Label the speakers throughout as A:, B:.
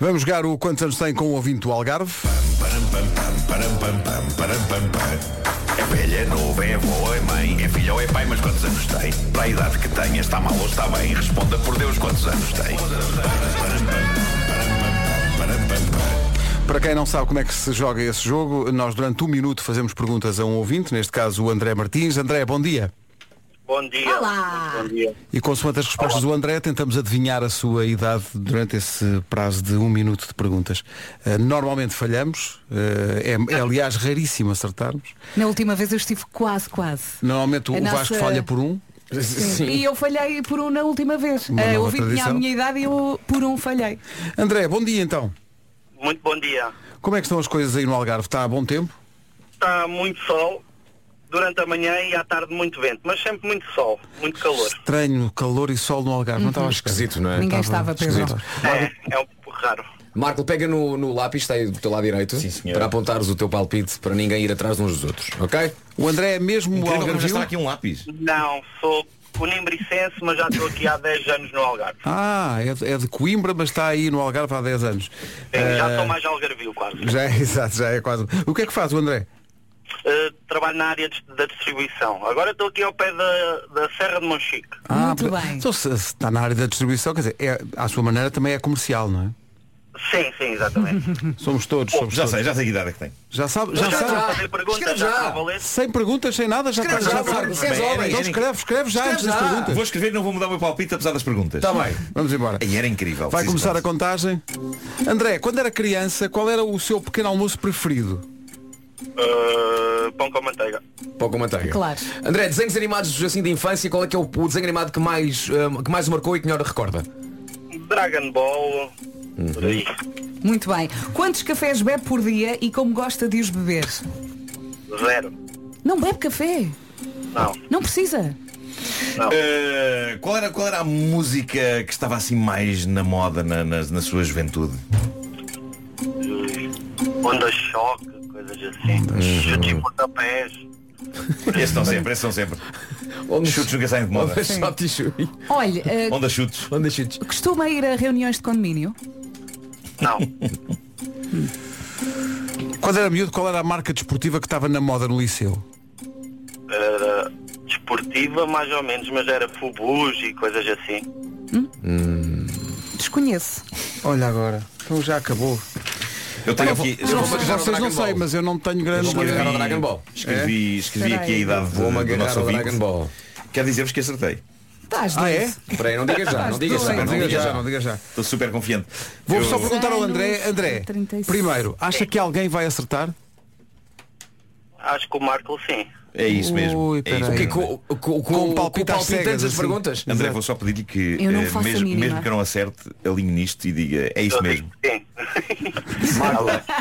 A: Vamos jogar o Quantos Anos Tem com o ouvinte do Algarve.
B: Param, pam, pam, param, pam, pam, param, pam, pam. É velha, é novo, é avô, é mãe, é filho ou é pai, mas quantos anos tem? Para a idade que tem, está mal ou está bem? Responda por Deus quantos anos tem. Param, pam, param, pam, param, pam, pam.
A: Para quem não sabe como é que se joga esse jogo, nós durante um minuto fazemos perguntas a um ouvinte, neste caso o André Martins. André, bom dia.
C: Bom dia.
D: Olá.
C: Muito Bom dia.
A: E consoante as respostas do André, tentamos adivinhar a sua idade durante esse prazo de um minuto de perguntas. Eh, normalmente falhamos, eh, é, é, aliás raríssimo acertarmos.
D: Na última vez eu estive quase, quase.
A: Normalmente o,
D: A
A: o
D: nossa-
A: Vasco falha por um.
D: E eu falhei por um na última vez.
A: Uma
D: Ah,
A: nova
D: o ouvinte tinha a
A: tradição.
D: minha idade e eu por um falhei.
A: André, bom dia então.
C: Muito bom dia.
A: Como é que estão as coisas aí no Algarve? Está a bom tempo?
C: Está muito sol durante a manhã e à tarde muito vento, mas sempre muito sol, muito calor.
A: Estranho, calor e sol no
D: Uhum.
A: Algarve. Não estava a esperar.
E: Esquisito, não é?
D: Ninguém estava, Pedro.
A: esquisito.
C: É, é um pouco raro.
E: Marco, pega no, no lápis, está aí do teu lado direito,
F: senhor.
E: para apontares o teu palpite, para ninguém ir atrás uns dos outros, ok?
A: O André é mesmo o
F: Incrível, mas já
A: Algarvio?
F: está aqui um lápis.
C: Não, sou conimbricense, mas já estou aqui há 10 anos no Algarve.
A: Ah, é de, é de Coimbra, mas está aí no Algarve há 10 anos.
E: É.
C: Sim, já
A: Eh,
C: sou mais algarvio quase.
A: já é, exato, já é quase. O que é que faz o André?
C: Eh, trabalho na área de- da distribuição. Agora estou aqui ao pé da, da Serra de Monchique.
D: Muito
A: portanto,
D: Ah, bem.
A: Então, se, se está na área da distribuição, quer dizer, é, à sua maneira também é comercial, não
C: Sim, sim, exatamente.
A: é? Somos todos, somos
F: Já
A: todos.
F: sei, já sei que idade é que tem.
A: Já sabe, já
C: já
A: sabe.
C: estou a fazer perguntas,
E: Escreve
C: já
E: já.
C: está a valer.
A: Sem perguntas, sem nada, já
E: Escreve
A: está.
E: já, Marcos,
A: sabe.
E: és homem.
A: Então escreve, escreve já antes das
E: já.
A: perguntas.
F: Ah, Vou escrever e não vou mudar o meu palpite apesar das perguntas.
E: Está Tá bem.
A: Vamos embora.
F: E era incrível.
A: Vai
F: sim,
A: começar
F: senhor.
A: a contagem. André, quando era criança, qual era o seu pequeno almoço preferido?
C: Eh, pão com manteiga.
E: Pão com manteiga.
D: Claro.
E: André, desenhos animados assim de infância, qual é que é o, o desenho animado que mais, hum, que mais o marcou e que melhor recorda?
C: Dragon Ball. Por aí.
D: Muito bem. Quantos cafés bebe por dia e como gosta de os beber?
C: Zero.
D: Não bebe café.
C: Não.
D: Não precisa.
F: Eh, qual, era, qual era a música que estava assim mais na moda na, na, na sua juventude?
C: Eh, Onda choque, coisas assim. Chutes e pontapés.
F: Esse não sempre, esse não sempre.
E: Onde
F: Chutes nunca saem de moda.
E: Onde shot e chui.
D: Olha, eh,
F: Onda chutes.
E: Onde chutes.
D: costuma ir a reuniões de condomínio?
C: Não.
A: Quando era miúdo, qual era a marca desportiva que estava na moda no liceu?
C: Era desportiva mais ou menos, mas era fubus e coisas assim.
D: Desconheço.
A: Olha agora. Então já acabou.
F: Eu tenho aqui.
E: eu não vou-
A: Vocês não sei, mas eu não tenho grande.
E: Vou agarrar ao Dragon Ball.
F: Escrevi, escrevi
D: Espera
F: aqui a
D: aí.
F: idade do,
E: Vou-me
F: do
E: agarrar
F: nosso
E: ao
F: ouvinte.
E: Dragon Ball.
F: Quer dizer-vos que acertei.
D: Estás
A: Ah, é?
E: Espera aí, não digas já, não digas já.
D: Não
E: Não
A: diga
E: digas
A: já,
E: já.
A: não diga já.
F: Estou super confiante.
A: Vou
F: Eu-
A: só perguntar ao André.
D: Anos,
A: André,
D: 36.
A: primeiro, acha que alguém vai acertar?
C: Acho que o Marco sim.
F: É isso mesmo.
A: Ui,
F: é isso
A: pera aí.
E: O quê?
F: mesmo.
E: Com, com, com,
A: Com
E: com
A: palpite às cegas,
E: palpitantes das
A: assim.
E: perguntas?
F: André, vou só pedir-lhe que,
D: Eu não
F: eh,
D: faço a
F: mesmo,
D: mínima.
F: mesmo que eu não acerte, alinhe nisto e diga é isso
C: Eu
F: mesmo.
C: digo que sim.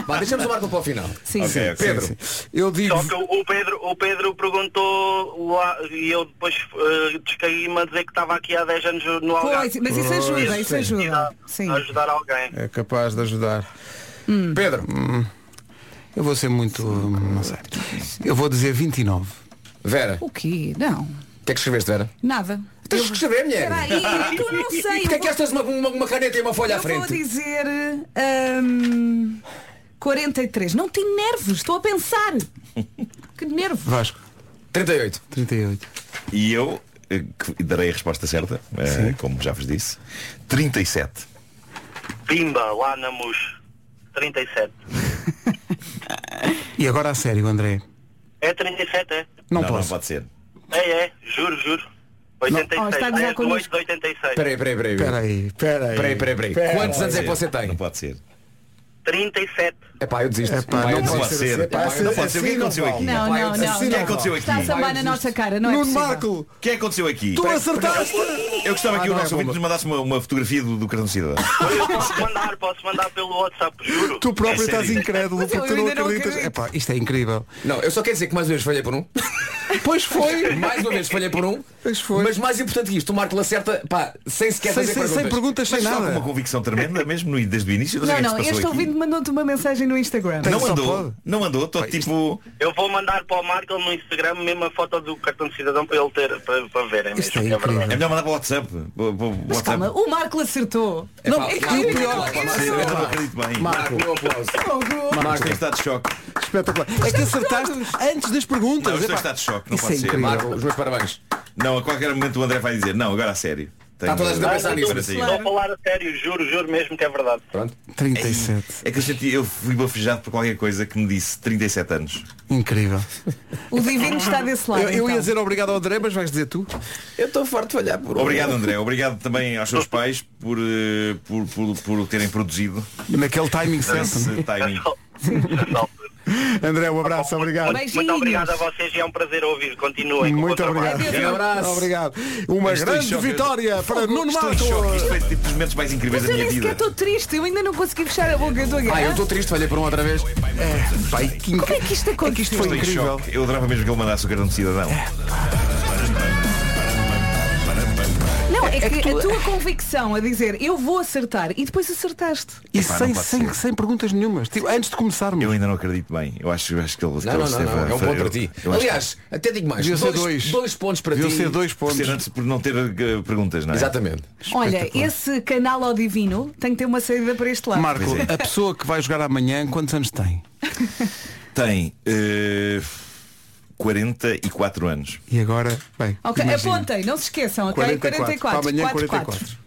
E: Vá, deixamos o Marco para o final.
D: Sim, sim.
F: Ok, ok.
E: Pedro.
F: Sim, sim.
A: Eu digo.
C: Só que o o Pedro, o Pedro perguntou lá e eu depois eh, descaí-me a dizer que estava aqui há 10 anos no
D: Pois,
C: Algarve.
D: mas isso ajuda, isso ajuda. Sim.
C: A ajudar alguém.
A: É capaz de ajudar.
E: Pedro,
A: Eu vou ser muito. Não sei. Eu vou dizer 29.
E: Vera,
D: O quê? Não.
E: o que é que escreveste, Vera?
D: Nada.
E: Tens que escrever, mulher.
D: Espera aí, é que eu não sei.
E: Porquê é
D: Eu
E: que
D: vou,
E: estas uma, uma, uma caneta e uma folha à
D: eu vou
E: frente?
D: dizer hum, 43. Não tenho nervos, estou a pensar. Que nervo.
A: Vasco,
E: 38.
A: 38.
F: E eu eh, que darei a resposta certa, eh, como já vos disse. 37.
C: Pimba, lá na MUS. 37.
A: E agora a sério, André.
C: É 37, é?
A: Não,
F: não,
A: posso.
F: pode ser.
C: É, é. Juro, juro.
D: Oh,
C: 86.
D: está a gozar
C: é 8
D: connosco.
C: de 86.
E: Peraí, peraí, peraí.
A: Espera aí, espera aí.
E: Peraí, peraí, peraí. Quantos anos é que você tem?
F: Não pode ser.
C: 37.
E: É pá, eu desisto.
A: Epá,
E: Epá, eu
A: não pode
E: desisto.
F: Não
A: ser
F: pode
A: assim.
F: ser.
A: Epá,
F: Não pode ser. O que
A: assim
F: é que aconteceu
A: não
F: aqui?
D: Não,
E: Vai,
D: não,
E: assim
D: não.
F: O que é
D: não.
F: que aconteceu
D: Está a
F: aqui?
D: sambar na nossa cara, não é?
A: Nuno
D: possível.
A: Marco,
F: O que é que aconteceu aqui?
A: tu
F: Espera-
A: acertaste!
F: Eu gostava
A: Ah,
F: que o
A: não, é
F: nosso
A: bomba.
F: ouvinte nos mandasse uma, uma fotografia do, do cartão de cidadão.
C: Eu posso mandar, posso mandar pelo WhatsApp, juro.
A: Tu próprio
F: É sério.
A: estás incrédulo
D: Mas eu
A: porque tu não
D: ainda não
A: acreditas.
D: acredito.
A: Epá, isto é incrível.
E: Não, eu só quero dizer que mais uma vez falhei por um.
A: Pois foi.
E: Mais uma vez falhei por um.
A: Pois foi.
E: Mas mais importante que isto, o Marco acerta, pá, sem sequer
A: sem,
E: fazer
A: sem, sem
E: perguntas.
A: perguntas, sem
F: Mas só com uma
A: nada.
F: convicção tremenda, mesmo no, desde o início. Não, sei o
D: Não,
F: que é que
D: não,
F: se passou
D: este
F: aqui.
D: ouvido mandou-te uma mensagem no Instagram.
A: Tem-
F: Não
A: Só
F: andou,
A: pode.
F: não andou, estou tipo.
C: Eu vou mandar para o Marco no Instagram mesmo a foto do cartão de cidadão para ele ter, para, para verem
A: Isto é
C: mesmo.
A: incrível.
C: que
F: É
C: verdade.
F: melhor mandar para o WhatsApp. Bo- bo-
D: Mas
F: WhatsApp.
D: calma, o Marco acertou.
A: Não,
E: pá,
A: é que
E: pá,
A: o
E: pá,
A: pior.
E: pá, pá,
F: Sim, eu não acredito bem.
E: Marco, meu aplauso.
F: Marcos tem estado de choque.
A: Espetacular. É que acertaste antes das perguntas.
F: Não, estou
A: Epá,
F: em estado de choque, não
A: isso
F: pode
A: é
F: ser.
A: incrível.
E: Marco, os meus parabéns.
F: Não, a qualquer momento o André vai dizer, não, agora a sério.
E: Está Tá toda a gente a pensar nisso.
C: Estou a falar a sério, juro, juro mesmo que é verdade.
E: Pronto.
A: 37.
F: É que eu senti, eu fui bafejado por qualquer coisa que me disse 37 anos.
A: Incrível.
D: O divino está desse lado.
A: Eu, eu ia
D: então.
A: dizer obrigado ao André, mas vais dizer tu.
E: Eu estou farto de falhar por um.
F: Obrigado André, obrigado também aos seus pais por, eh, por, por, por o terem produzido
A: Naquele timing certo.
F: esse timing.
A: André, um
F: Oh,
A: abraço, obrigado.
D: Beijinhos.
C: Muito obrigado a vocês e é um prazer ouvir. Continuem com o
A: Muito
C: vosso trabalho.
A: obrigado.
E: Um abraço.
A: Obrigado. Uma
F: Estou em
A: grande
F: choque.
A: vitória para Nuno
F: Estou em choque,
A: Marco.
F: isto foi tipo dos momentos mais incríveis
D: Mas
F: da
D: eu
F: minha
D: nem sequer é
F: vida.
D: estou triste, eu ainda não consegui fechar a boca do
E: Ah, eu
D: gato.
E: estou triste, falhei por um outra vez.
A: Pai, que
D: Como é que isto aconteceu?
A: isto
F: Estou
A: foi
F: em
A: incrível. É.
F: choque. Eu adorava mesmo que ele mandasse o cartão de cidadão.
D: Não, é que a tua convicção a dizer eu vou acertar e depois acertaste.
A: E
F: Epá,
A: sem,
F: não pode
A: sem,
F: ser.
A: sem perguntas nenhumas. Tipo, antes de começarmos.
F: Eu ainda não acredito bem. Eu acho, eu acho que ele que
E: Não,
F: ele
E: não, não,
F: esteve
E: não,
F: a
E: é um
F: fazer-
E: ponto para
F: eu-
E: ti.
F: eu acho
E: Aliás, até digo mais.
A: Devia ser
E: Dois,
A: dois.
E: dois pontos para
A: Deviam
E: ti.
A: ser dois
F: Por
A: pontos.
F: ser antes por não ter eh, perguntas, não é?
E: Exatamente.
D: Olha, esse canal ao divino tem que ter uma saída para este lado.
A: Marco,
F: Pois é.
A: a pessoa que vai jogar amanhã, quantos anos tem?
F: Tem eh, 44 anos.
A: E agora, bem.
D: Ok,
A: imagina.
D: apontem, não se esqueçam, ok?
A: 44. Para amanhã,
D: 44.
A: 44.